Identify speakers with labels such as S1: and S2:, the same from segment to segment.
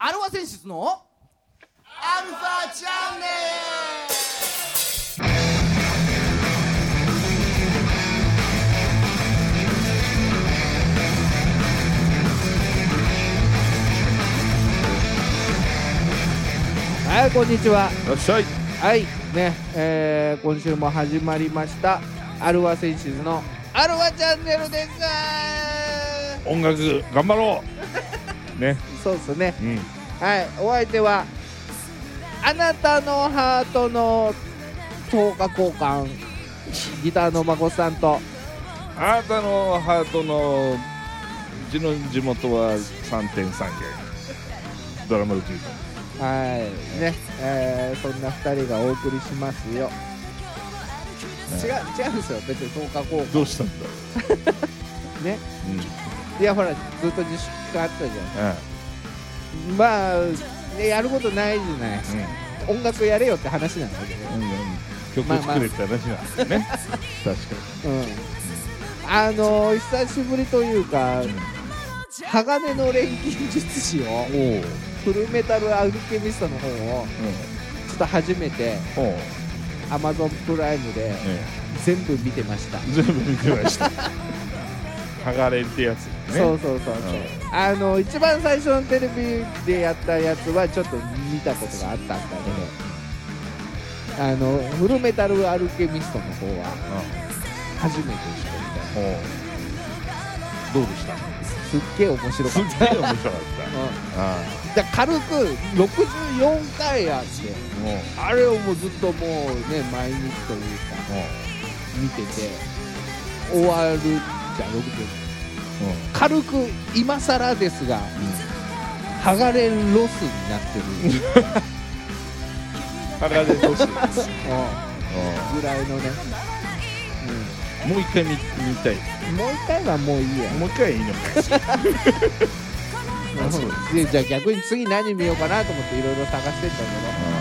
S1: 和選出のアルファチャンネ
S2: はいこんにちは
S3: よっしゃい
S2: はいねえー、今週も始まりましたアルワセンシズのアルワチャンネルです
S3: 音楽頑張ろうね
S2: そうっすね
S3: うん
S2: はいお相手はあなたのハートの等価交換ギターの孫さんと
S3: あなたのハートのうちの地元は3.3件ドラマで聞い
S2: はいね、えー、そんな2人がお送りしますよ、違う違うんですよ別に等価交
S3: た
S2: 換
S3: どうしたんだ
S2: ね
S3: うん
S2: いやほらずっと自粛があったじ
S3: あ
S2: ゃんまあ、ね、やることないじゃない
S3: あうん
S2: 音楽やれよって話なんだけ
S3: うんうん曲を作れって話なんですね、確か
S2: ど、うん、あのー、久しぶりというか鋼の錬金術師を
S3: におおう、うん、
S2: フルメタルアルケミストの方をちょっと初めて
S3: おおう、
S2: アマゾンプライムで
S3: え
S2: 全部見てました、
S3: え、全部見てました 剥がれってやつね
S2: そうそうそうそうあの一番最初のテレビでやったやつはちょっと見たことがあったんだけどあのフルメタルアルケミストの方は
S3: う
S2: 初めて知った
S3: んおうどうでした
S2: すっげえ面白
S3: す
S2: か
S3: っ
S2: った
S3: げえ面白かっ
S2: う
S3: たあ
S2: ん、じゃあ軽く64回やって
S3: あもう
S2: あれをもうずっともうね毎日というか
S3: も
S2: 見てて終わるじゃん64
S3: う、うん
S2: 軽く今更ですが剥がれロスになって る、
S3: 剥がれロス
S2: うん、ぐらいのね、
S3: もう一回見見たい
S2: うん、もう一回はもういいや
S3: もう一回いいのかあそう
S2: でじゃあ逆に次何見ようかなと思っていろいろ探してんだけど、うん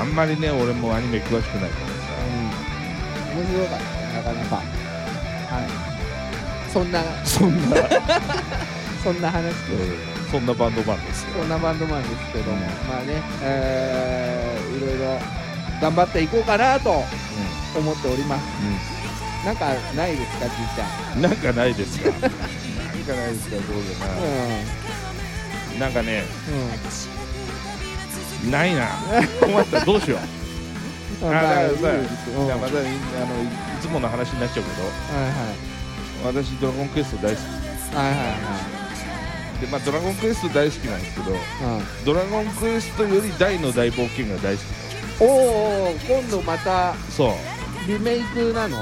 S3: あんまりね俺もアニメ詳しくないからさ
S2: うん面白かったねなかなかはいそんな
S3: そんな、
S2: そんな話
S3: そんなバンドマンですよ
S2: そんなバンドマンですけども、
S3: うん
S2: まあねえーいろいろ頑張っていこうかなと思っておりますなんかないですかじいちゃん
S3: うん、なんかないですかなんかないですかどうか
S2: うん、
S3: ななんかね
S2: うん
S3: ないな困ったどうしようあだからさ、
S2: いいですうん
S3: い
S2: は
S3: や
S2: い
S3: またあのいつもの話になっちゃうけ
S2: はい
S3: ど私ドラゴンクエスト大好
S2: はい
S3: きでまあドラゴンクエスト大好きなんですけど
S2: はいはい、うん
S3: ドラゴンクエストより大の大冒険が大好き
S2: おーおー今度また
S3: そう
S2: リメイクなの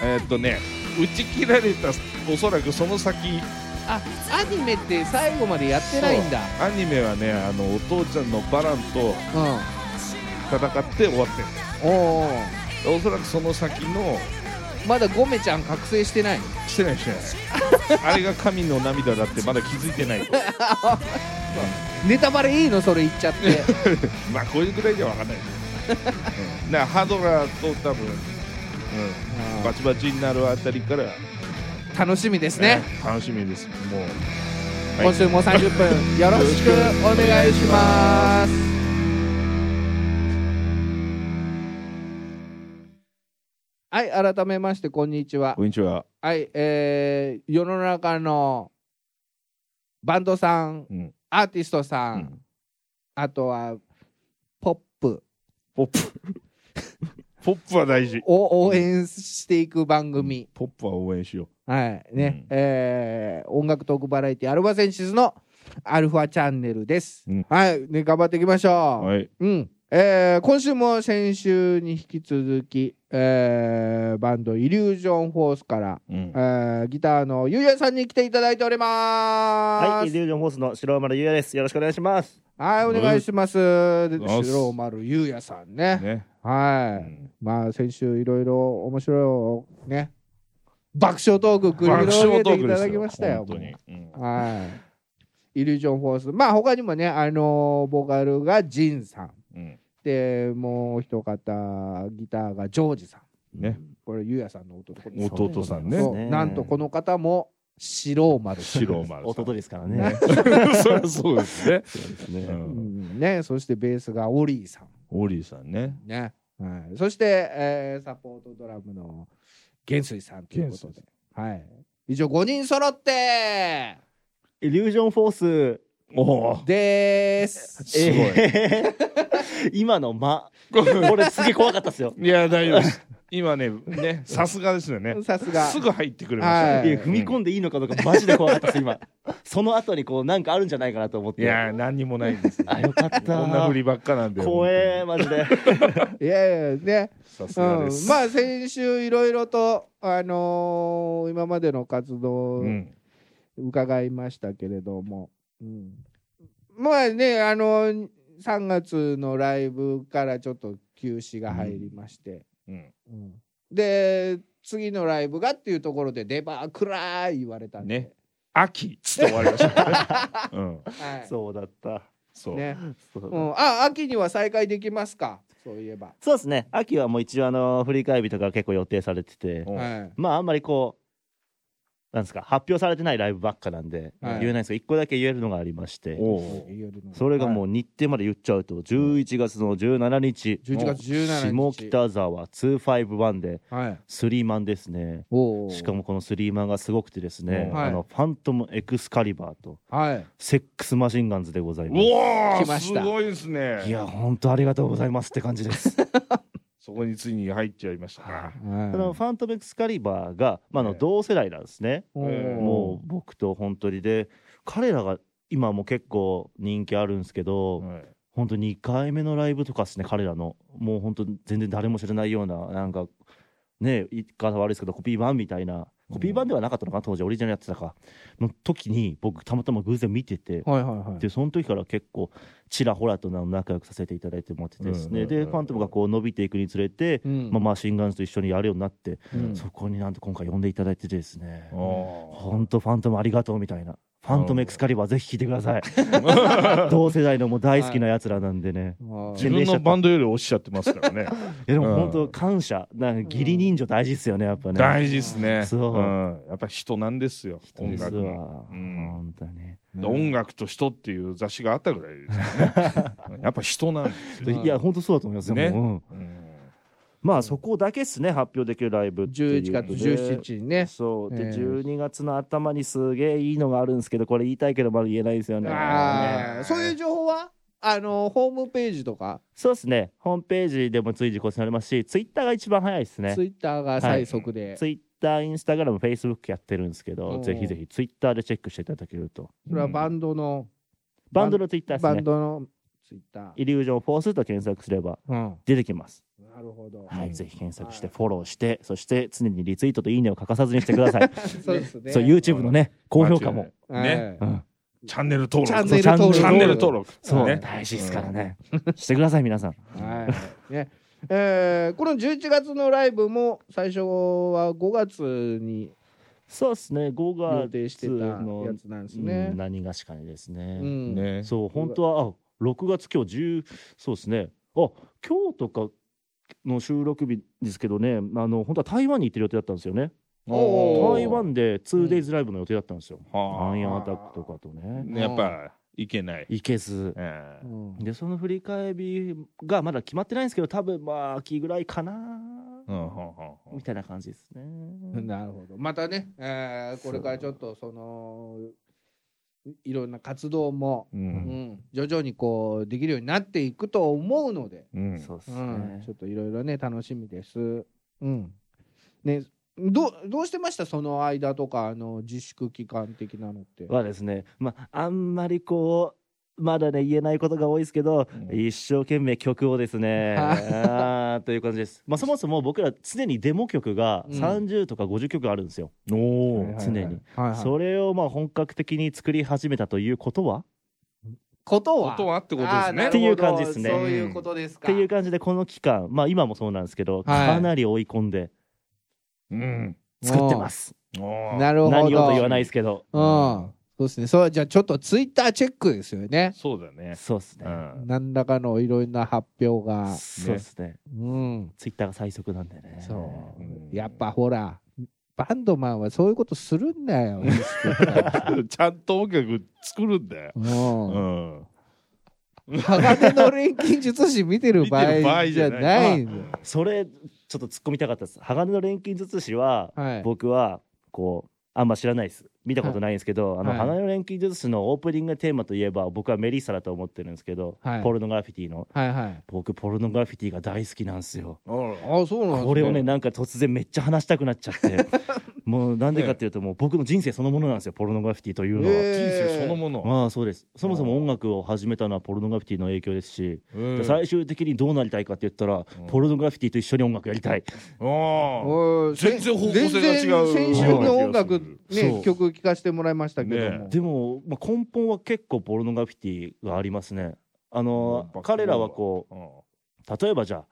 S3: えーっとね打ち切られたおそらくその先
S2: あアニメって最後までやってないんだ
S3: そうアニメはねあのお父ちゃんのバランと
S2: うん
S3: 戦って終わって
S2: おーおー
S3: るおそらくその先の
S2: まだゴメちゃん覚醒してない
S3: してないしてないあれが神の涙だってまだ気づいてない
S2: ネタバレいいのそれ言っちゃって
S3: まあこういうくらいじゃ分かんないけど、うん、だからハドラーと多分、うん、バチバチになるあたりから
S2: 楽しみですね、
S3: えー楽しみですもうはい
S2: 今週も30分よろしくお願いしますはい改めましてこんにちは
S3: こんにちは、
S2: はいえー、世の中のバンドさん
S3: うん
S2: アーティストさ、
S3: うんん
S2: あとはポップ
S3: ポップポップは大事
S2: を応援していく番組、
S3: ポップは応援しよ
S2: はい。ね、
S3: うん
S2: えー音楽トークバラエティアルファセンシスのアルファチャンネルです。
S3: うん
S2: はい。ね、頑張っていきまし
S3: う
S2: ょう。
S3: はい
S2: うん。えー今週も先週に引き続き、えーバンドイリュージョンフォースから、
S3: うん
S2: えーギターのゆうやさんに来ていただいておりま
S4: はい、
S2: す
S4: イ。リュージョンホースの白丸優也です。よろしくお願いします。
S2: はい、お願いします。で
S3: お願いします
S2: 白丸ゆうやさんね。
S3: ね、う
S2: はい。
S3: ん
S2: まあ、先週いろいろ面白い、ね、爆笑トーク繰り
S3: 爆
S2: 広げ
S3: 笑ト
S2: て
S3: ー
S2: い
S3: ク
S2: た
S3: で
S2: だ
S3: す
S2: きましたよ。
S3: 本当に、うん
S2: はい。イリュージョンフォース。まあ他にもね、あのーボーカルがジンさん。
S3: うん
S2: で、もう一方、ギターがジョージさん。
S3: ね、
S2: これ、ゆうやさんの弟です。
S3: 弟さんね
S2: そうなんとこの方も白丸さん
S3: 白丸
S4: おととですからね。
S3: そりゃそうですね。
S4: そうです
S3: う、
S4: ね。
S2: うんんねそしてベースがオリーさん
S3: オリーさんね。
S2: ね、はい、そして、えーサポートドラムの元帥さんということ
S3: 元
S2: で、はい、以上5人揃って
S4: イリュージョンフォース。
S3: おお。
S2: でーす
S3: すごい。
S4: えー今の間。これすげえ怖かったっすよ。
S3: いや大丈夫です。 今ねねさすがですよね。
S2: さすが
S3: すぐ入ってくれました
S2: は
S3: ね。
S4: いや踏み込んでいいのかどうかマジで怖かったっす今。その後にこうなんかあるんじゃないかなと思って。
S3: いやー何にもないです、ね。
S4: あよかった
S3: こんな振りばっかなんで。
S4: 怖えマジで。
S2: いやいやね
S3: さす
S2: う
S3: がで
S2: ん、
S3: す。
S2: まあ先週いろいろと、あのー今までの活動を
S3: うん
S2: 伺いましたけれども、うんまあね、あのー、3月のライブからちょっと休止が入りまして、
S3: うん
S2: うんで次のライブがっていうところで「デバーくらー」言われたんで、
S3: ね秋っつって終わりました からね。うん
S2: はい
S4: そうだった。
S3: そう。
S2: ね
S4: そう
S2: うん、あ秋には再開できますかそういえば、
S4: そうですね。秋はもう一応あの振り返りとか結構予定されてて、
S3: うん
S2: はい
S4: まああんまりこうなんですか発表されてないライブばっかなんで、
S2: はい
S4: 言えないんですけど一個だけ言えるのがありまして、
S3: おお。
S2: 言えるの
S4: それがもう日程まで言っちゃうと11月の17日、
S2: 11月17日
S4: 下北沢251で
S2: はい
S4: スリーマンですね。
S2: おー
S4: しかもこのスリーマンがすごくてですね、
S3: はい
S4: あのファントムエクスカリバーと
S2: はい
S4: セックスマシンガンズでございます。
S3: おお。
S2: 来ま
S3: す
S2: した
S3: ごいですね。
S4: いや本当ありがとうございますって感じです。
S3: そこについに入っちゃいました
S4: は
S3: か。
S4: あのファントムエクスカリバーが、まあ、あの
S3: ええ
S4: 同世代なんですね、
S2: おー
S4: もう僕と本当にで彼らが今も結構人気あるんですけど、
S3: はい
S4: 本当2回目のライブとかですね彼らのもう本当全然誰も知らないようななんかね言い方悪いですけどコピー版みたいなコピー版ではなかったのかな当時オリジナルやってたかの時に僕たまたま偶然見てて、
S2: はいはいはい
S4: でその時から結構ちらほらと仲良くさせていただいてもらっててですね、
S3: うんうんうんうん
S4: でファントムがこう伸びていくにつれて、
S2: うん
S4: まあ、マシンガンズと一緒にやるようになって、
S2: うん
S4: そこになんと今回呼んでいただいてですね
S3: おお。
S4: 本当ファントムありがとうみたいなファントムエクスカリバーぜひ聴いてく ださい 同世代のもう大好きなやつらなんでね、
S2: あ
S3: 自
S2: ー
S3: 分のバンドより落ちちゃってますからね。
S4: い、やでも本当感謝なんか義理人情大事っすよねやっぱね
S3: 大事ですね。。
S4: そうん
S3: やっぱ人なんですよ。音
S4: 実
S3: 楽は。
S4: は、
S3: うん
S4: 本当に
S3: 音楽と人っていう雑誌があったぐらいですねやっぱ人なんですよ。
S2: ん
S4: いや本当そうだと思いますよ、
S3: ね
S4: もうう
S3: う
S4: ん
S3: ん
S4: まあそこだけっすね発表できるライブっていう
S2: 11月17日にね
S4: そうで、
S2: ええ
S4: 12月の頭にすげえいいのがあるんですけどこれ言いたいけどまだ言えないですよね
S2: あ
S3: ね
S2: ーそういう情報はあのホームページとか
S4: そうですねホームページでも随時更新されますしツイッターが一番早いですね
S2: ツイッターが最速で、
S4: ツイッターインスタグラムフェイスブックやってるんですけ
S2: お
S4: ど
S2: ー
S4: ぜひぜひツイッターでチェックしていただけると
S2: それはバンドの、
S4: バンドのツイッターで
S2: バ
S4: す
S2: ン
S4: ね
S2: ドのツイッター
S4: イリュージョンフォースと検索すれば
S2: うん
S4: 出てきます、
S2: なるほど
S4: は
S3: うん
S4: い、ぜひ検索して
S2: はい
S4: フォローしてそして常にリツイートといいねを欠かさずにしてください、
S2: そうです ね
S4: そう YouTube のね高評価も、
S2: はい
S3: ね
S4: うん
S3: チャンネル登録。
S2: チャンネル登録
S3: チャンネル登録。
S4: そう、
S3: ね
S4: 大事ですからね。してください、皆さん。
S2: はいね えーこの11月のライブも最初は5月に
S4: そうですね、5月
S2: 予定してたやつなんですね
S4: うん。何がしかにですね。
S2: うん
S3: ね。
S4: そう、本当は、あ、6月今日10、そうですね。あ、今日とかの収録日ですけどね、あの、本当は台湾に行ってる予定だったんですよね。
S2: おー
S4: 台湾で 2days ライブの予定だったんですよ。
S3: はあ
S4: アイアンアタックとかとね。
S3: ねやっぱいけない。
S4: 行けず。
S3: ええ
S2: うん
S4: で、その振り返りがまだ決まってないんですけど、多分まあ、秋ぐらいかな。
S3: うんうんうんうん
S4: みたいな感じですね。
S2: なるほど。またね、えーこれからちょっとそのいいろんな活動も、
S3: う
S2: うんん、徐々にこうできるようになっていくと思うので、
S3: うん
S4: そうです
S2: う
S4: ね。
S2: ん、ちょっといろいろね楽しみです。うん。ね、どうどうしてましたその間とかあの自粛期間的なのって。
S4: はですね、まあ、あんまりこう、まだね、言えないことが多いですけど、
S3: うん
S4: 一生懸命曲をですね、あーという感じです。まあ、そもそも僕ら常にデモ曲が
S2: うん
S4: 30とか50曲あるんですよ。
S3: おお
S2: はい
S3: ー。
S2: はい
S4: 常に。
S2: はいはい
S4: それをまあ本格的に作り始めたということは
S2: ことは
S3: ことはってことで
S2: あ
S3: す
S2: ーなる
S3: ね
S2: ほど。
S4: っていう感じですね
S2: そういうことです
S4: っ
S2: か。
S4: ていう感じで、この期間、まあ今もそうなんですけど、かなり追い込んで
S3: うん。
S4: 作ってます。
S3: おお。
S2: なるほど。
S4: 何をと言わないですけど。
S2: うん。そうですね。そうじゃあちょっとツイッターチェックですよね。
S3: そうだね。
S4: そうです
S3: う
S4: ね。
S3: ん。
S2: 何らかのいろんな発表が。
S4: そうですね。
S2: うん。
S4: ツイッターが最速なんでね。
S2: そう
S3: うん
S2: やっぱほら、バンドマンはそういうことするんだ よ。
S3: ちゃんと音楽作るんだよ。
S2: も
S3: う。
S2: うん鋼の錬金術師見てる場
S3: 見てる場
S2: 合
S3: 合
S2: じ
S3: じ
S2: ゃ
S3: ゃ
S2: な
S3: ない
S2: んだよ。
S4: それちょっと突っ込みたかったです鋼の錬金術師は、
S2: はい
S4: 僕はこうあんま知らないです見たことないんですけど、あの
S2: はい
S4: 鋼の錬金術師のオープニングテーマといえば僕はメリッサだと思ってるんですけど、
S2: はい
S4: ポルノグラフィティの
S2: はいはい。
S4: 僕ポルノグラフィティが大好きなんですよ
S2: あ、そうなんです
S4: これをねなんか突然めっちゃ話したくなっちゃって もうなんでかっていうともう僕の人生そのものなんですよポルノグラフィティというのは、
S2: え
S3: 人生そのもの。
S4: まあそうですそもそも音楽を始めたのはポルノグラフィティの影響ですし、
S3: うん
S4: 最終的にどうなりたいかって言ったら、
S3: ん
S4: ポルノグラフィティと一緒に音楽やりたい
S3: あ
S2: おい
S3: 全然方向性が違う
S2: 全然先週の音楽
S4: そ
S2: ね
S4: う
S2: 曲聴かせてもらいましたけども
S3: ね
S4: でも、まあ、根本は結構ポルノグラフィティがありますね。あの
S3: うん
S4: 彼らはこ
S3: あ。
S4: う例えばじゃあ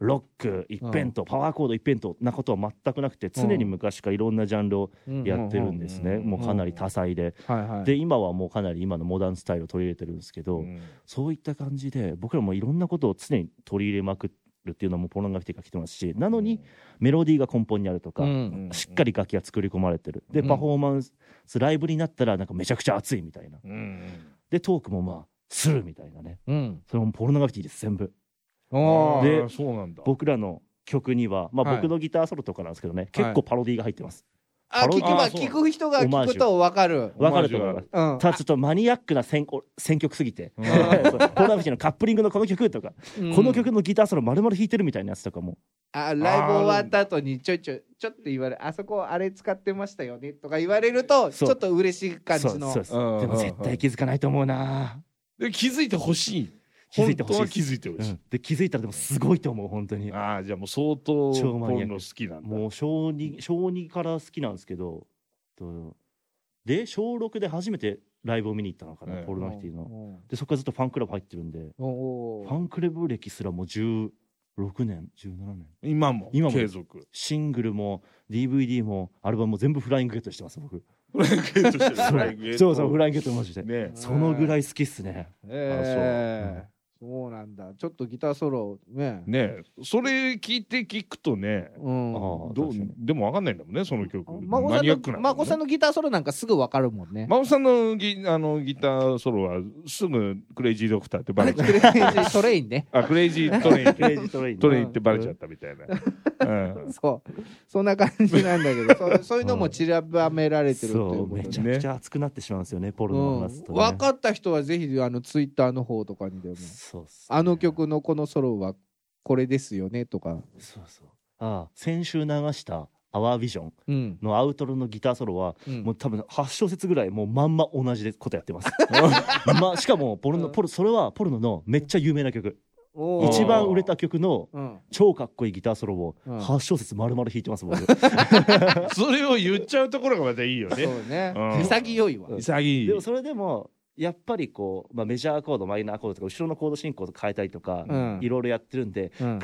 S4: ロック一辺倒、パワーコード一辺倒なことは全くなくて常に昔からいろんなジャンルをやってるんです
S3: う
S4: ね、
S3: んうん
S4: もうかなり多彩で、
S2: はいはい
S4: で今はもうかなり今のモダンスタイルを取り入れてるんですけど、
S3: うん
S4: そういった感じで僕らもいろんなことを常に取り入れまくるっていうのもポルノグラフィティが来てますしなのに、メロディーが根本にあるとか、
S2: うん
S4: しっかり楽器が作り込まれてるで、
S2: うん
S4: パフォーマンスライブになったらなんかめちゃくちゃ熱いみたいな
S3: うんうん
S4: でトークもまあするみたいなね
S2: うん
S4: それもポルノグラフィティです全部
S2: おー
S4: で
S3: あーそうなんだ。
S4: 僕らの曲には、まあ、
S2: はい
S4: 僕のギターソロとかなんですけどね、結構パロディーが入ってます
S2: あ聞けば
S3: あそう
S2: 聞く人が聞くと分かる
S3: オマ
S4: わか
S3: ー
S4: る
S3: ジ
S4: と
S3: ュがあ
S4: 思い
S3: る
S4: ます
S2: うん
S4: ただちょっとマニアックな選お選曲すぎて
S3: うん
S4: そうポルノグラフィティのカップリングのこの曲とか、
S2: うん
S4: この曲のギターソロ丸々弾いてるみたいなやつとかも
S2: あライブ終わった後にちょいちょいちょっと言われあそこあれ使ってましたよねとか言われるとち
S4: そう
S2: ょっと嬉しい感じの
S4: そうです
S3: う
S4: そ
S3: ん
S4: うですでも絶対気づかないと思うな、
S3: で気づいてほしい。
S4: 気づいてほしい
S3: 本当は気づいてほ
S4: う
S3: しい
S4: ん。で気づいたらでもすごいと思う本当に
S3: ああじゃあもう相当
S4: 超マニア
S3: ポル
S4: ック
S3: ノ好きなんだ。
S4: もう小2小二から好きなんですけどとで小6で初めてライブを見に行ったのかな、
S3: ええ
S4: ポルノグラフィティの
S2: の
S4: でそこからずっとファンクラブ入ってるんでファンクラブ歴すらもう16年17年
S3: 今も
S4: 今も
S3: 継続。
S4: シングルも DVD もアルバムも全部フライングゲットしてます僕
S3: フライングゲットしてる
S4: そう
S3: フライングゲット
S4: そうそうフライングゲットマジで、
S3: ね
S4: そのぐらい好きっすね
S2: ええそうなんだちょっとギターソロね
S3: ねえそれ聞いて聞くとね
S2: うん
S4: ああ
S3: どう
S4: 確かに
S3: でもわかんないんだもんねその曲
S2: 孫さ
S3: マ
S2: ん
S3: ニアックな
S2: の孫さん
S3: の
S2: のギターソロなんかすぐ分かるもんね
S3: 孫さんのギあのギターソロはすぐクレイジードクターってバレちゃ
S2: クレイジートレイン ね。
S3: うあクレイジートレイン
S4: クレイジートレイン
S3: トレインってバレちゃったみたいな、うん
S2: そう。そんな感じなんだけど、そうそういうのも散らばめられてるという
S4: そ
S2: こ
S4: う
S2: と
S4: めち
S2: で。
S4: ゃくちゃ熱くなってしまうんですよねポル
S2: う
S4: ノの
S2: ん
S4: 話す、と、ね
S2: 分かった人はぜひあのツイッターの方とかにでも
S4: そうっすね
S2: あの曲のこのソロはこれですよねとか、
S4: そうそうああ先週流した「アワービジョン
S2: うん
S4: のアウトロのギターソロは
S2: うん
S4: もう多分8小節ぐらいもうまんま同じことやっ てます、まあ、しかもポルノポルそれはポルノのめっちゃ有名な曲
S2: おー
S4: 一番売れた曲の
S2: うん
S4: 超かっこいいギターソロを
S2: うん
S4: 8小節丸々弾いてます 僕
S3: それを言っちゃうところがまたいいよ
S2: そう
S3: ね
S2: ね
S3: うん
S2: 潔いわ
S3: 潔い
S4: でもそれでもやっぱりこう、まあ、メジャーコードマイナーコードとか後ろのコード進行とか変えたりとか、
S2: うん
S4: いろいろやってるんで
S2: うん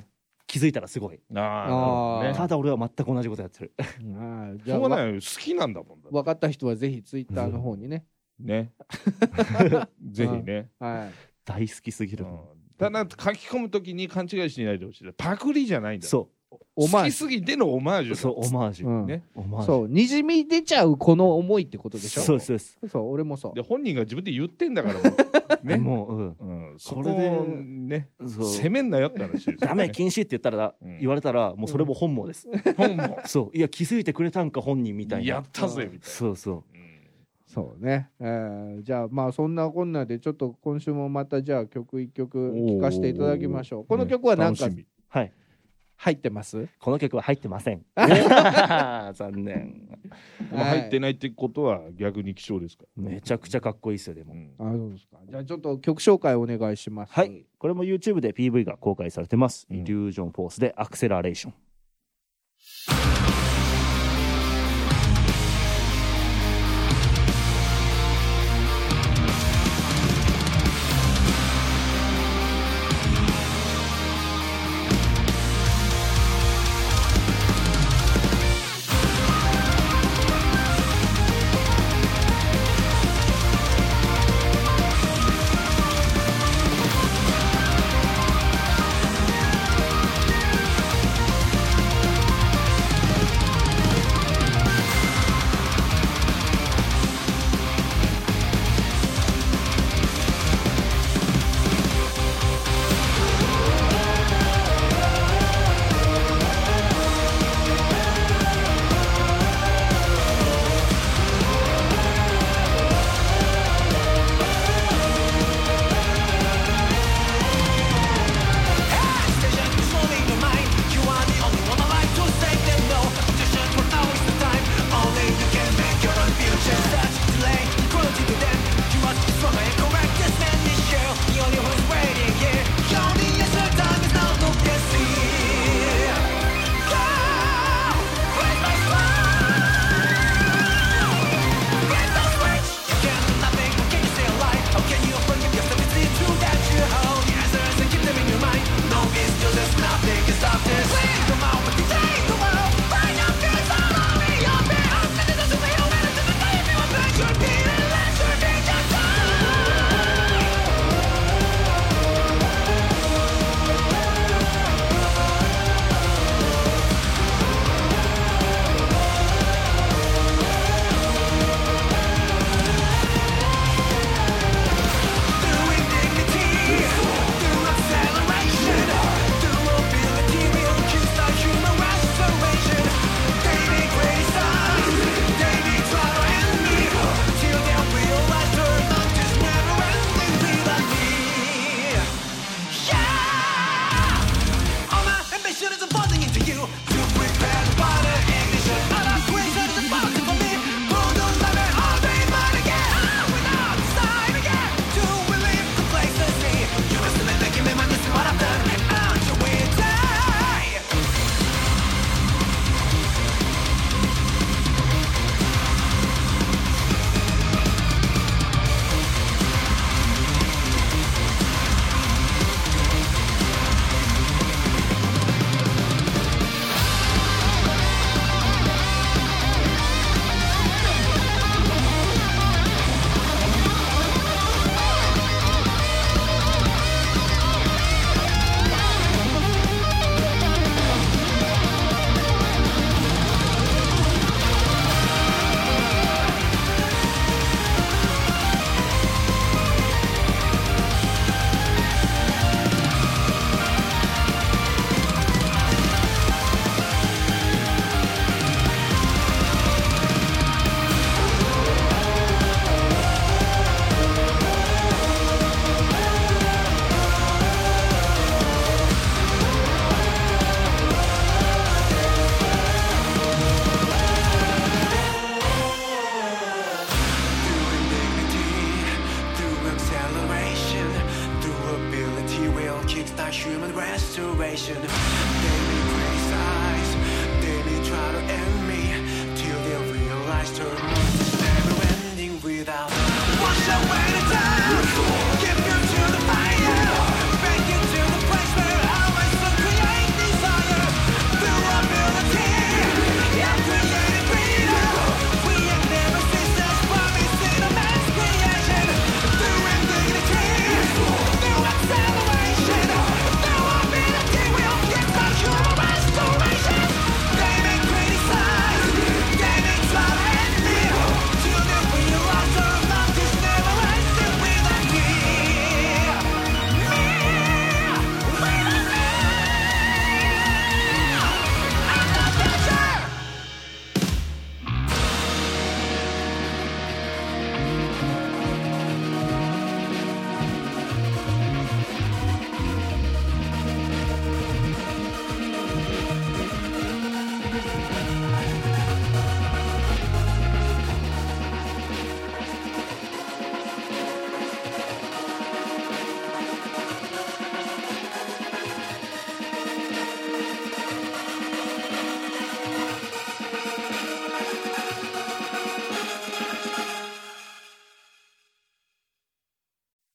S4: 気づいたらすごい
S3: ああなるほ
S4: ただ俺は全く同じことやってる
S2: あーじゃ
S3: どねしょ
S2: あ
S3: うが
S2: わ
S3: ないよ好きなんだもんだって
S2: 分かった人はぜひツイッターの方にね
S3: ねぜひね、
S2: はい
S4: 大好きすぎ
S3: う
S4: る、
S3: ん、ただ書き込むときに勘違いしないでほしいパクリじゃないんだ
S4: そ
S2: お
S3: 好
S2: 前
S3: きすぎてのオマージュ
S4: う
S3: だ
S4: そうオマージュ、
S2: うん
S3: ね
S4: オマージュ
S2: そうにじみ出ちゃうこの思いってことでしょ
S4: そうですそうです、
S2: そう俺もそう
S3: で本人が自分で言ってんだからもうね
S4: もう うん
S3: うん、そこ
S4: それで
S3: をね
S4: そう
S3: 攻めんなよって話ですよね
S4: ダメ禁止って言ったら、
S3: うん
S4: 言われたらもうそれも本望 です、
S3: 本も
S4: そういや気づいてくれたんか本人みたいな
S3: やったぜみたい
S4: そうそう
S3: な、
S2: そうね、えーじゃあまあそんなこんなでちょっと今週もまたじゃあ曲一曲聴かせていただきましょうこの曲は何か
S3: 楽しみ
S4: はい
S2: 入ってます
S4: この曲は入ってません 残念
S3: まあ入ってないってことは逆に希少ですか
S4: めちゃくちゃかっこいいっすよで
S3: ら、
S4: も、
S3: うん
S2: あそうですかじゃあちょっと曲紹介お願いします
S4: はいこれも YouTube で PV が公開されてます、
S3: うん
S4: イリュージョンフォースでアクセラレーション
S5: 「 human restoration. Daily criticize, daily try to end me, till they realize turmoil is never ending without. Wash away the time, give you to the fire, make it to the place where I was to create desire. Through ability, I'm creating freedom. We have never ceased as promise in a man's creation. Through indignity, through acceleration, through ability, we'll get our human restoration. They may criticize, they may try to end me, till they realize our love is never ending without me. Me, without me. I'm the future.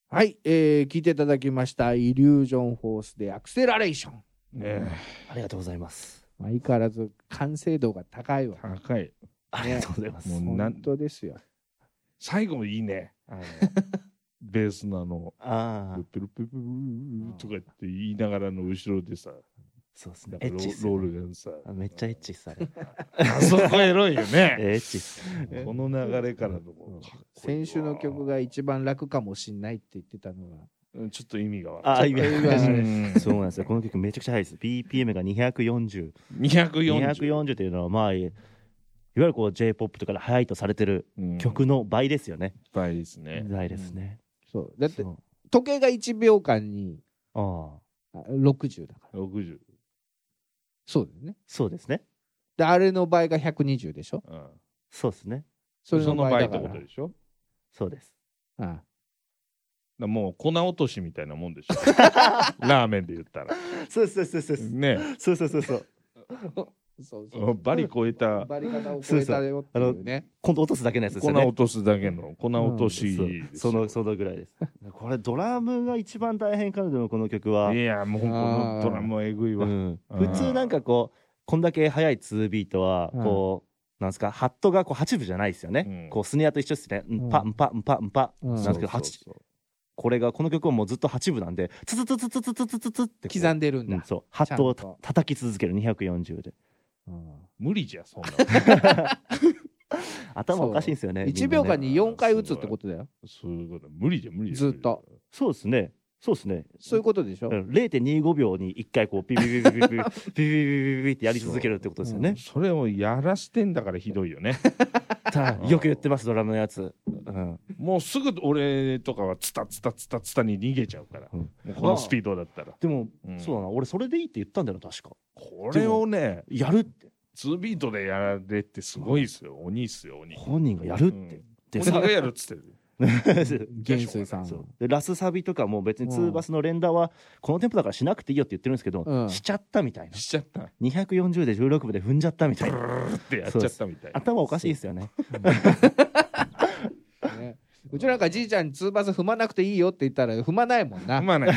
S2: はい、えー、聞いていただきました、イリュージョンフォースでアクセラレーション。
S3: ね
S4: ありがとうございます。
S2: まあ相変わらず完成度が高いわ。
S3: 高い。
S4: ありがとうございます。
S3: もうな
S2: 本
S3: ん
S2: 当ですよ。
S3: 最後いいね。 あのベースのあの、
S4: ああ、
S3: ペルペルペルとか言って言いながらの後ろでさ、
S4: そうです
S3: な
S4: ね
S3: ん。かロ
S4: エッチっす
S3: ーロ
S4: ね。
S3: ールがさ、
S4: あめっちゃエッチっす、 あれ。
S3: あそこエロいよね。
S4: えエッチっす。
S3: この流れからのもうかっこいいわ
S2: 先週の曲が一番楽かもしんないって言ってたのが。
S3: うんちょっと意味が悪い。
S4: あ、今、
S3: うん
S4: そうなんですよ。この曲めちゃくちゃ速いです。BPM が240。
S3: 240。
S4: 240というのは、まあ、いわゆるこう J-POP とかで速いとされてる
S3: うん
S4: 曲の倍ですよね。
S3: 倍ですね。
S4: 倍ですね。
S2: そう。だって
S4: そう、
S2: 時計が1秒間に
S4: ああ、
S2: あ60だから。
S3: 60。
S2: そうだよね。
S4: そうですね。
S2: で、あれの倍が120でしょ
S3: うん
S4: そうですね。
S2: それ
S3: そ
S2: の
S3: の
S2: 倍
S3: 倍
S2: だ
S3: って
S2: か
S3: こ
S2: ら
S3: と。でしょ
S4: そうです。
S2: あ
S3: だからもう粉落としみたいなもんでしょラーメンで言ったら。
S4: そうですそうですそう
S3: ね。
S4: です。そうそうそうそう。
S2: あそうそう
S3: バリ超えた
S2: バリ方を超えたよっていうね。
S4: 今度落とすだけのやつです
S3: 粉
S4: よね
S3: 落。とすだけの粉落とし
S4: そう
S3: です
S4: そ
S3: よ
S4: のそのぐらいです。 これドラムが一番大変かなでもこの曲は。
S3: いやもうこのドラマえぐいうわ、
S4: ん、
S3: あ
S4: 普
S3: ー
S4: 通なんかこうこんだけ速い2ビートは
S2: うん
S4: こう、なんですかハットがこう8部じゃないですよね、
S3: うん
S4: こうスネアと一緒ですね、うん
S2: うん
S4: パンパンパンパン、
S2: うん
S4: なんですけど
S3: そう
S4: 八
S3: そうそう
S4: これがこの曲はもうずっと8部なんでツツツツツツツツツツってこう
S2: 刻んでるん
S4: うん
S2: だ。
S4: そうハットを
S2: ちゃんと
S4: た叩き続ける240で
S3: 無理じゃそんな
S4: 頭おかしいんですよね
S2: 1
S4: みんな
S2: 秒
S4: ね
S2: 間に4回打つってことだよ。
S3: そういうこと無理じゃ無理じゃ
S2: ずっと
S4: そうですねそうですね
S2: そういうことでしょ
S4: うん0.25秒に1回こうピピピピピピピピピピピピってやり続けるってことですよね、
S3: それをやらしてんだからひどいよね
S4: たよく言ってますドラムのやつ、うん、
S3: もうすぐ俺とかはツタツタツタツタに逃げちゃうから、
S4: うん
S3: もうこのスピードだったら、
S4: でも、
S3: うん
S4: そうだな俺それでいいって言ったんだよな確か
S3: これをね
S4: やるって
S3: 2ビートでやられってすごいですよ鬼っすよ鬼
S4: 本人がやるって、で
S3: 鬼
S4: さ
S3: がやるっつってる
S2: 元帥さん。
S4: そう
S2: う
S4: でラスサビとかも別に
S2: う
S4: 2
S2: ん
S4: バスの連打はこのテンポだからしなくていいよって言ってるんですけど、
S2: うん
S4: しちゃったみたいな
S3: しちゃったっ
S4: 240で16部で踏んじゃったみたいな
S3: てやっちゃったみたいな
S4: 頭おかしいですよね
S2: ねうちなんかじいちゃんにツーバス踏まなくていいよって言ったら踏まないもんな。
S3: 踏まない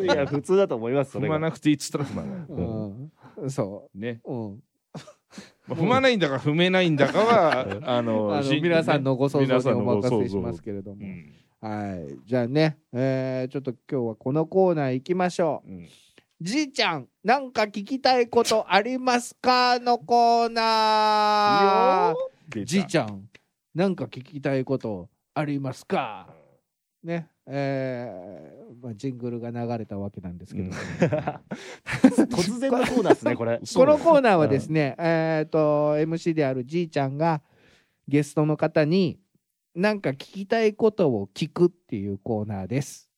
S4: いや 普通だと思いますそ
S3: 踏
S4: れ
S3: ま
S4: が
S3: なくていいっつったら踏まない
S2: うん。そ
S3: ね
S2: う。うん。
S3: まあ踏まないんだか踏めないんだか はあの
S2: あの
S3: し
S2: 皆さんのご想像
S3: 皆
S2: に
S3: さん
S2: お
S3: のご想像
S2: 任せしますけれど
S3: う
S2: も。
S3: ん
S2: はい。じゃあね、えーちょっと今日はこのコーナー行きましょう。
S3: うん
S2: じいちゃん、なんか聞きたいことありますかのコーナー。じいちゃん、なんか聞きたいことありますかね。えーまあ、ジングルが流れたわけなんですけど、
S3: うん
S4: 突然のコーナーですねこれ
S2: このコーナーはですね、えっと MC であるじいちゃんがゲストの方に何か聞きたいことを聞くっていうコーナーです。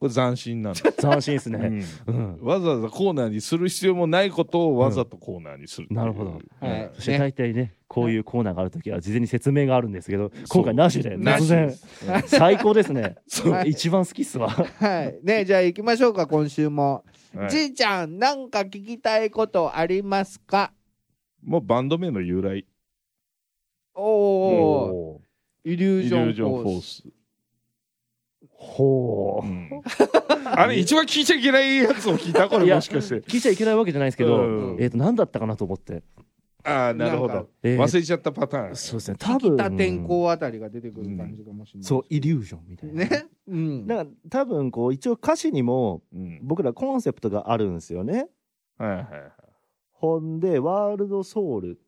S3: これ斬新なんです、
S4: 斬新です
S3: う
S4: ね。
S3: ん
S4: うん。
S3: わざわざコーナーにする必要もないことをわざとコーナーにする、
S4: なるほど。
S2: はい
S4: そして
S2: ね
S4: 大体ね、こういうコーナーがあるときは事前に説明があるんですけど、
S3: そう
S4: 今回なしで、
S3: な
S4: 突
S3: しで
S4: 然。
S3: す
S4: 最高ですね。
S2: はい
S4: 一番好きっすわ。
S2: はい。ね、じゃあ行きましょうか、今週も。
S3: はい
S2: じいちゃん、なんか聞きたいことありますか
S3: もうバンド名の由来
S2: おー、
S4: ほ
S2: イリュー
S3: イリ
S2: ジョ
S3: ュ
S2: ン
S3: ージョン
S2: フ
S3: フ
S2: ォ
S3: ォ
S2: ー
S3: ー
S2: ス。
S3: ス
S4: う。ほう。
S3: あれ一番聞いちゃいけないやつを聞いたこ
S4: い
S3: れ
S4: や
S3: もしかして
S4: 聞いちゃいけないわけじゃないですけ
S3: う
S4: ど
S3: ん、
S4: えっと、何だったかなと思って。
S3: ああなるほ
S2: なんか
S3: ど、
S4: えー
S3: 忘れちゃったパターン
S4: そうですね。多
S2: 聞き
S4: 分。
S2: た天候あたりが出てくる感じかもしれない。
S4: そう、イリュージョンみたいな。
S2: ね。うん。
S4: だから多分こう一応歌詞にも
S3: うん
S4: 僕らコンセプトがあるんですよね。
S3: はいはいはい
S4: ほんで、ワールドソウル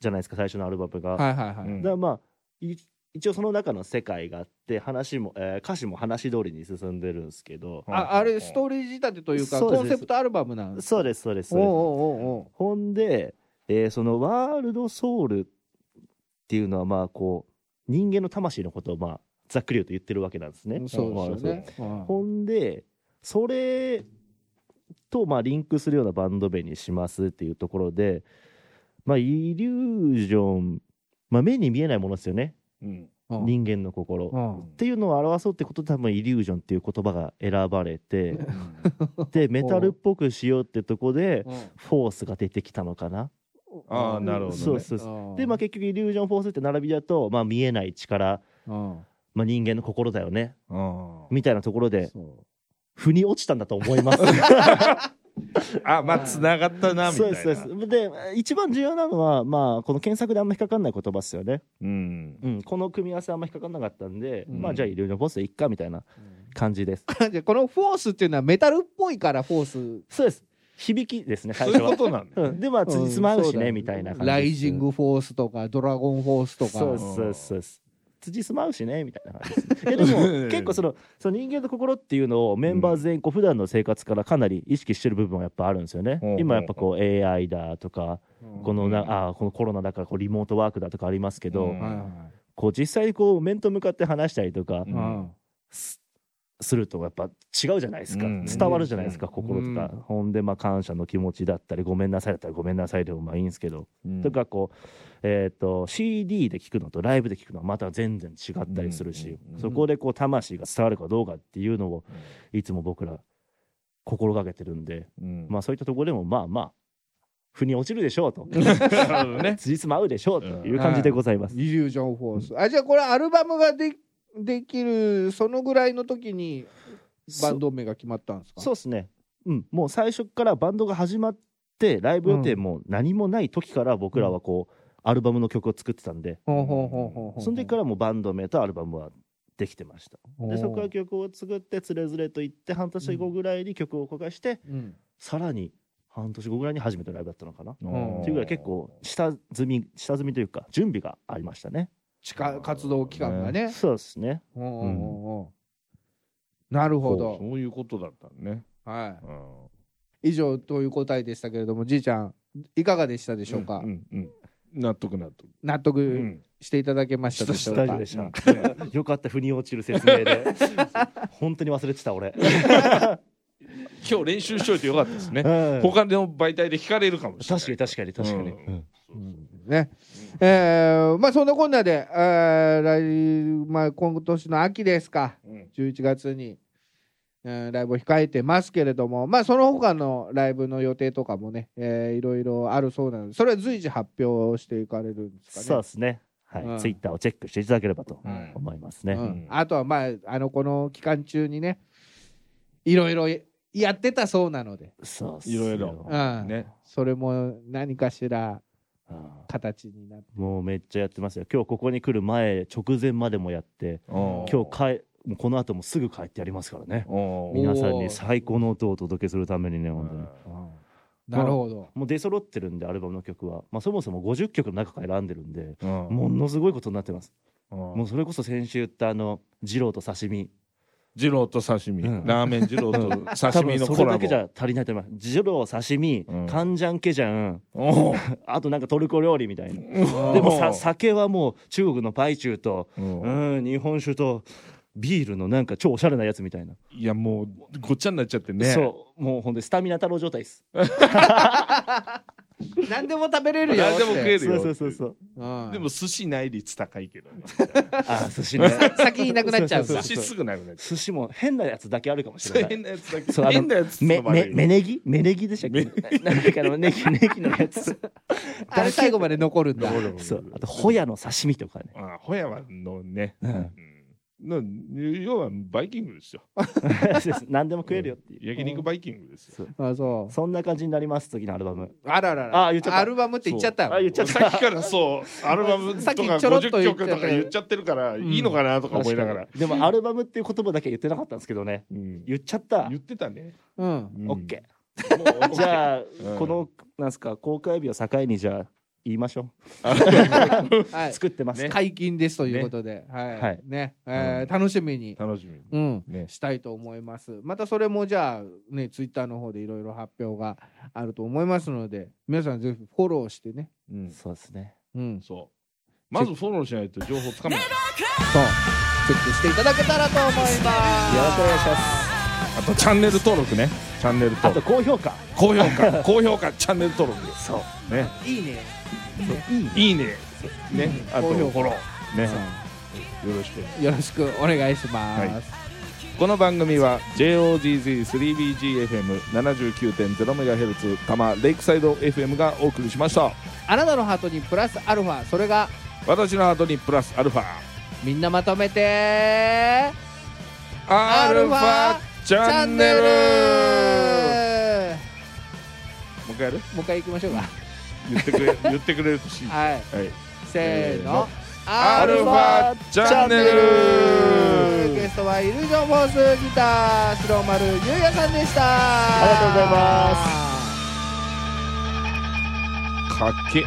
S4: じゃないですか、最初のアルバムが。
S2: はいはいは
S3: う
S2: い。
S3: ん
S4: だからまあい一応その中の世界があって話も、えー歌詞も話通りに進んでるんですけど、
S2: ああれ、ストーリー仕立てというか、
S4: そうです
S2: コンセプトアルバムなんです。
S4: そうですそうです
S2: お
S4: そ
S2: う
S4: う
S2: お
S4: です
S2: うおうおう
S4: ほんで、えーそのワールドソウルっていうのはまあこう人間の魂のことをまあざっくり言うと言ってるわけなんですね。
S2: そうですよね。うん
S4: ほんでそれとまあリンクするようなバンド名にしますっていうところで、まあ、イリュージョン、まあ、目に見えないものですよね
S3: うん
S2: うん
S4: 人間の心。
S2: うん
S4: っていうのを表そうってことで多分イリュージョンっていう言葉が選ば れてでメタルっぽくしようってとこで
S2: うん
S4: フォースが出てきたのかな。
S3: ああなるほど、ね、
S4: そうそうそう
S2: うん
S4: でまあ結局イリュージョンフォースって並びだと、まあ、見えない力、
S2: うん
S4: まあ、人間の心だよね
S3: あ
S4: みたいなところで
S2: そ
S4: 腑に落ちたんだと思います。
S3: あまあつながったなみた
S4: そ
S3: いうな
S4: ですそうですで一番重要なのは、まあ、この検索であんま引っかかんない言葉ですよね、
S3: うん
S4: うん、この組み合わせあんま引っかかんなかったんで、
S2: うん
S4: まあじゃあイリュージョンフォースでいっかみたいな感じです。
S2: うでこのフォースっていうのはメタルっぽいからフォース
S4: そうです 響きですね
S3: そ
S4: 最
S3: うい
S4: 初
S3: う
S4: は
S3: ことなんだ、
S4: うん、でまあ辻褄合うしね、みたいな感じです
S2: ライジングフォースとかドラゴンフォースとか
S4: そうですそうですそうです辻褄合うしねみたいな感じで すえでも結構そのその人間の心っていうのをメンバー全員こう普段の生活からかなり意識してる部分はやっぱあるんですよね、
S3: うん
S4: 今やっぱこう AI だとか、このなあーこのコロナだからこうリモートワークだとかありますけど、
S3: うん
S2: はいはい
S4: こう実際にこう面と向かって話したりとか
S3: うん
S4: す,、るとやっぱ違うじゃないですか、
S3: うん
S4: 伝わるじゃないですか、
S3: うん
S4: 心とか、ほんでまあ感謝の気持ちだったりごめんなさいだったりごめんなさいでもまあいいんですけど、
S3: うん
S4: とかこう、えー、と CD で聴くのとライブで聴くのはまた全然違ったりするし、
S3: うんうんうん
S4: そこでこう魂が伝わるかどうかっていうのをいつも僕ら心がけてるんで、
S3: うん
S4: まあ、そういったところでもまあまあ腑に落ちるでしょ うと
S3: なるほどね
S4: 辻褄合うでしょうという感じでございます。
S2: イリュージョンフォースあじゃあこれアルバムがでできるそのぐらいの時にバンド名が決まったんですか
S4: そうですね、うん、もう最初からバンドが始まってライブ予定も何もない時から僕らはこう、アルバムの曲を作ってたんで、
S2: ほうほうほうほうほう
S4: その時からもうバンド名とアルバムはできてました。でそこから
S2: ら
S4: 曲を作ってつれづれと言って半年後ぐらいに曲を公開して、
S2: うん
S4: さらに半年後ぐらいに初めてのライブだったのかな。
S3: うん
S4: っていうぐらい結構下積み下積みというか準備がありましたね。
S2: 地下活動期間がね
S4: そうですね。
S2: ほうほうほうなるほ
S3: そう
S2: ど
S3: そういうことだったね、
S2: は
S3: うん
S2: い以上という答えでしたけれどもじいちゃんいかがでしたでしょうか
S3: うんうん納得納得。
S2: 納
S3: う
S2: 得。していただけましたでしょうか、
S4: 大丈夫でした。 よかった腑に落ちる説明で 本当に忘れてた俺。
S3: 今日練習しといてよかったですね。
S4: 確
S3: 他の媒体で聞かれるかもしれない。
S4: かに確かに確かに。
S3: うん
S4: うん
S2: ね。えーまあそんなこんなで、えー来、まあ今年の秋ですか、
S3: うん
S2: 11月に、えーライブを控えてますけれども、まあその他のライブの予定とかもね、えーいろいろあるそうなので、それは随時発表していかれるんです
S4: そ
S2: か
S4: う
S2: ね。
S4: ですね。は
S2: うん
S4: い。ツイッターをチェックしていただければと
S3: うん
S4: 思いますね。
S2: う
S3: うん
S2: ん、あとはまあ、あの、この期間中にね、いろいろやってたそうなので、
S4: そうっす
S3: いろい
S2: うん
S3: ろ。ね。
S2: それも何かしら
S4: うん
S2: 形になって、
S4: もうめっちゃやってますよ今日ここに来る前直前までもやって
S3: 今
S4: 今日帰もうこの後もすぐ帰ってやりますからね
S2: みん
S4: 皆さん
S2: おー
S4: に最高の音をお届けするためにね本当に
S2: なるほど。
S4: もう出揃ってるんでアルバムの曲は、まあ、そもそも50曲の中から選んでるんで
S3: も
S4: ものすごいことになってますも
S3: う
S4: うそれこそ先週言ったあの二郎と刺身
S3: 二郎と刺身、
S4: うん
S3: ラーメン二郎と刺
S4: 多
S3: 身
S4: 分
S3: の
S4: そ
S3: コ
S4: れ
S3: ラ
S4: だ
S3: ボ
S4: けじ。ゃ足りないと思います二郎刺身
S3: うん
S4: カンジャンケジャン
S3: お
S4: あとなんかトルコ料理みたいな
S3: で
S4: でもさ酒はもう中国のパイチューと
S3: うん
S4: うん日本酒とビールのなんか超おしゃれなやつみたいな、
S3: いやもうごっちゃになっちゃってね
S4: そうもうほんでスタミナ太郎状態です
S2: 何でも食べれるよ
S3: 何でも食える
S4: そ
S3: よ
S4: うそうそうそう
S2: うん
S3: でも寿司ない率高いけど
S4: あー寿司ね
S2: 先になくなっちゃうん
S4: そう
S2: だ
S3: 寿
S4: そう
S3: 司すぐなくなっちゃ
S4: 寿司も変なやつだけあるかもし
S3: う
S4: れない
S3: 変なやつだけ
S4: そうあの
S3: 変なやつ
S4: め、
S3: の悪い
S4: め、めねぎめねぎでしたっけなんかあの、ねぎ、ねぎの やつ。
S2: あれ最後まで残るんだ
S3: 残る
S4: そう。あと、ホヤの刺身とかね。
S3: あホヤはのね、
S4: うん。
S3: うんの要はバイキングですよ
S4: 何でも食えるよっていう。
S3: 焼肉バイキングですよ
S2: あそ
S4: そんな感じになります、次のアルバム。
S2: うあららら
S4: あ言っちゃった
S2: アルバムって言っちゃったよ
S4: あ、言っちゃった。
S3: さっきからそうアルバムとか
S2: さっきちょろっと
S3: 50
S2: 言っ
S3: 曲
S2: てた
S3: とか言っちゃってるからいいのかなとか思いながら、
S4: でも、アルバムっていう言葉だけは言ってなかったんですけどね。
S3: うん
S4: 言っちゃった
S3: 言。ってたね、
S2: うん
S3: うん
S4: オッケ
S3: もう
S4: ー。じゃあ
S3: う、ん
S4: この、なんすか、公開日を境に、じゃあ、言いましょ
S2: は
S4: う。
S2: い
S4: 作ってます。
S2: 解禁ですということで
S4: は
S2: はい
S4: い
S2: ねえ
S3: うん
S2: ー楽しみに
S3: 楽しみ
S2: うん
S3: ね
S2: したいと思いますまたそれもじゃあねツイッターの方でいろいろ発表があると思いますので皆さんぜひフォローしてね
S3: うん
S4: そうですね。
S2: うん
S3: そうまずフォローしないと情報つかめない
S2: そうチェックしていただけたらと思います
S4: よろしくお願いします。
S3: あとチャンネル登録ねチャンネル
S4: あ
S3: 登
S4: と、
S3: 録
S4: 高評価。
S3: 高評価高評価チャンネル登録です
S4: そう。
S3: ね
S2: いいね
S3: いいねねあと
S2: 高評価
S3: フォローねよろしく
S2: よろしくお願いします
S3: この番組は JOGZ3BGFM79.0MHz 多摩レイクサイド FM がお送りしました
S2: あなたのハートにプラスアルファそれが
S3: 私のハートにプラスアルファ
S2: みんなまとめて
S3: アルファチ
S2: チ
S3: ャ
S2: ャ
S3: ン
S2: ン
S3: ネ
S2: ネ
S3: ル
S2: ル
S3: もう一回やる
S2: もう一回行きましょうか
S3: 言ってくれ言ってくれるとしい
S2: はい
S3: はい
S2: せーの
S3: アルファチャンネル
S2: ゲストはイルジョンフォースギター白丸優也さんでしたあ
S4: りがとうござ
S3: か
S4: います
S3: っけ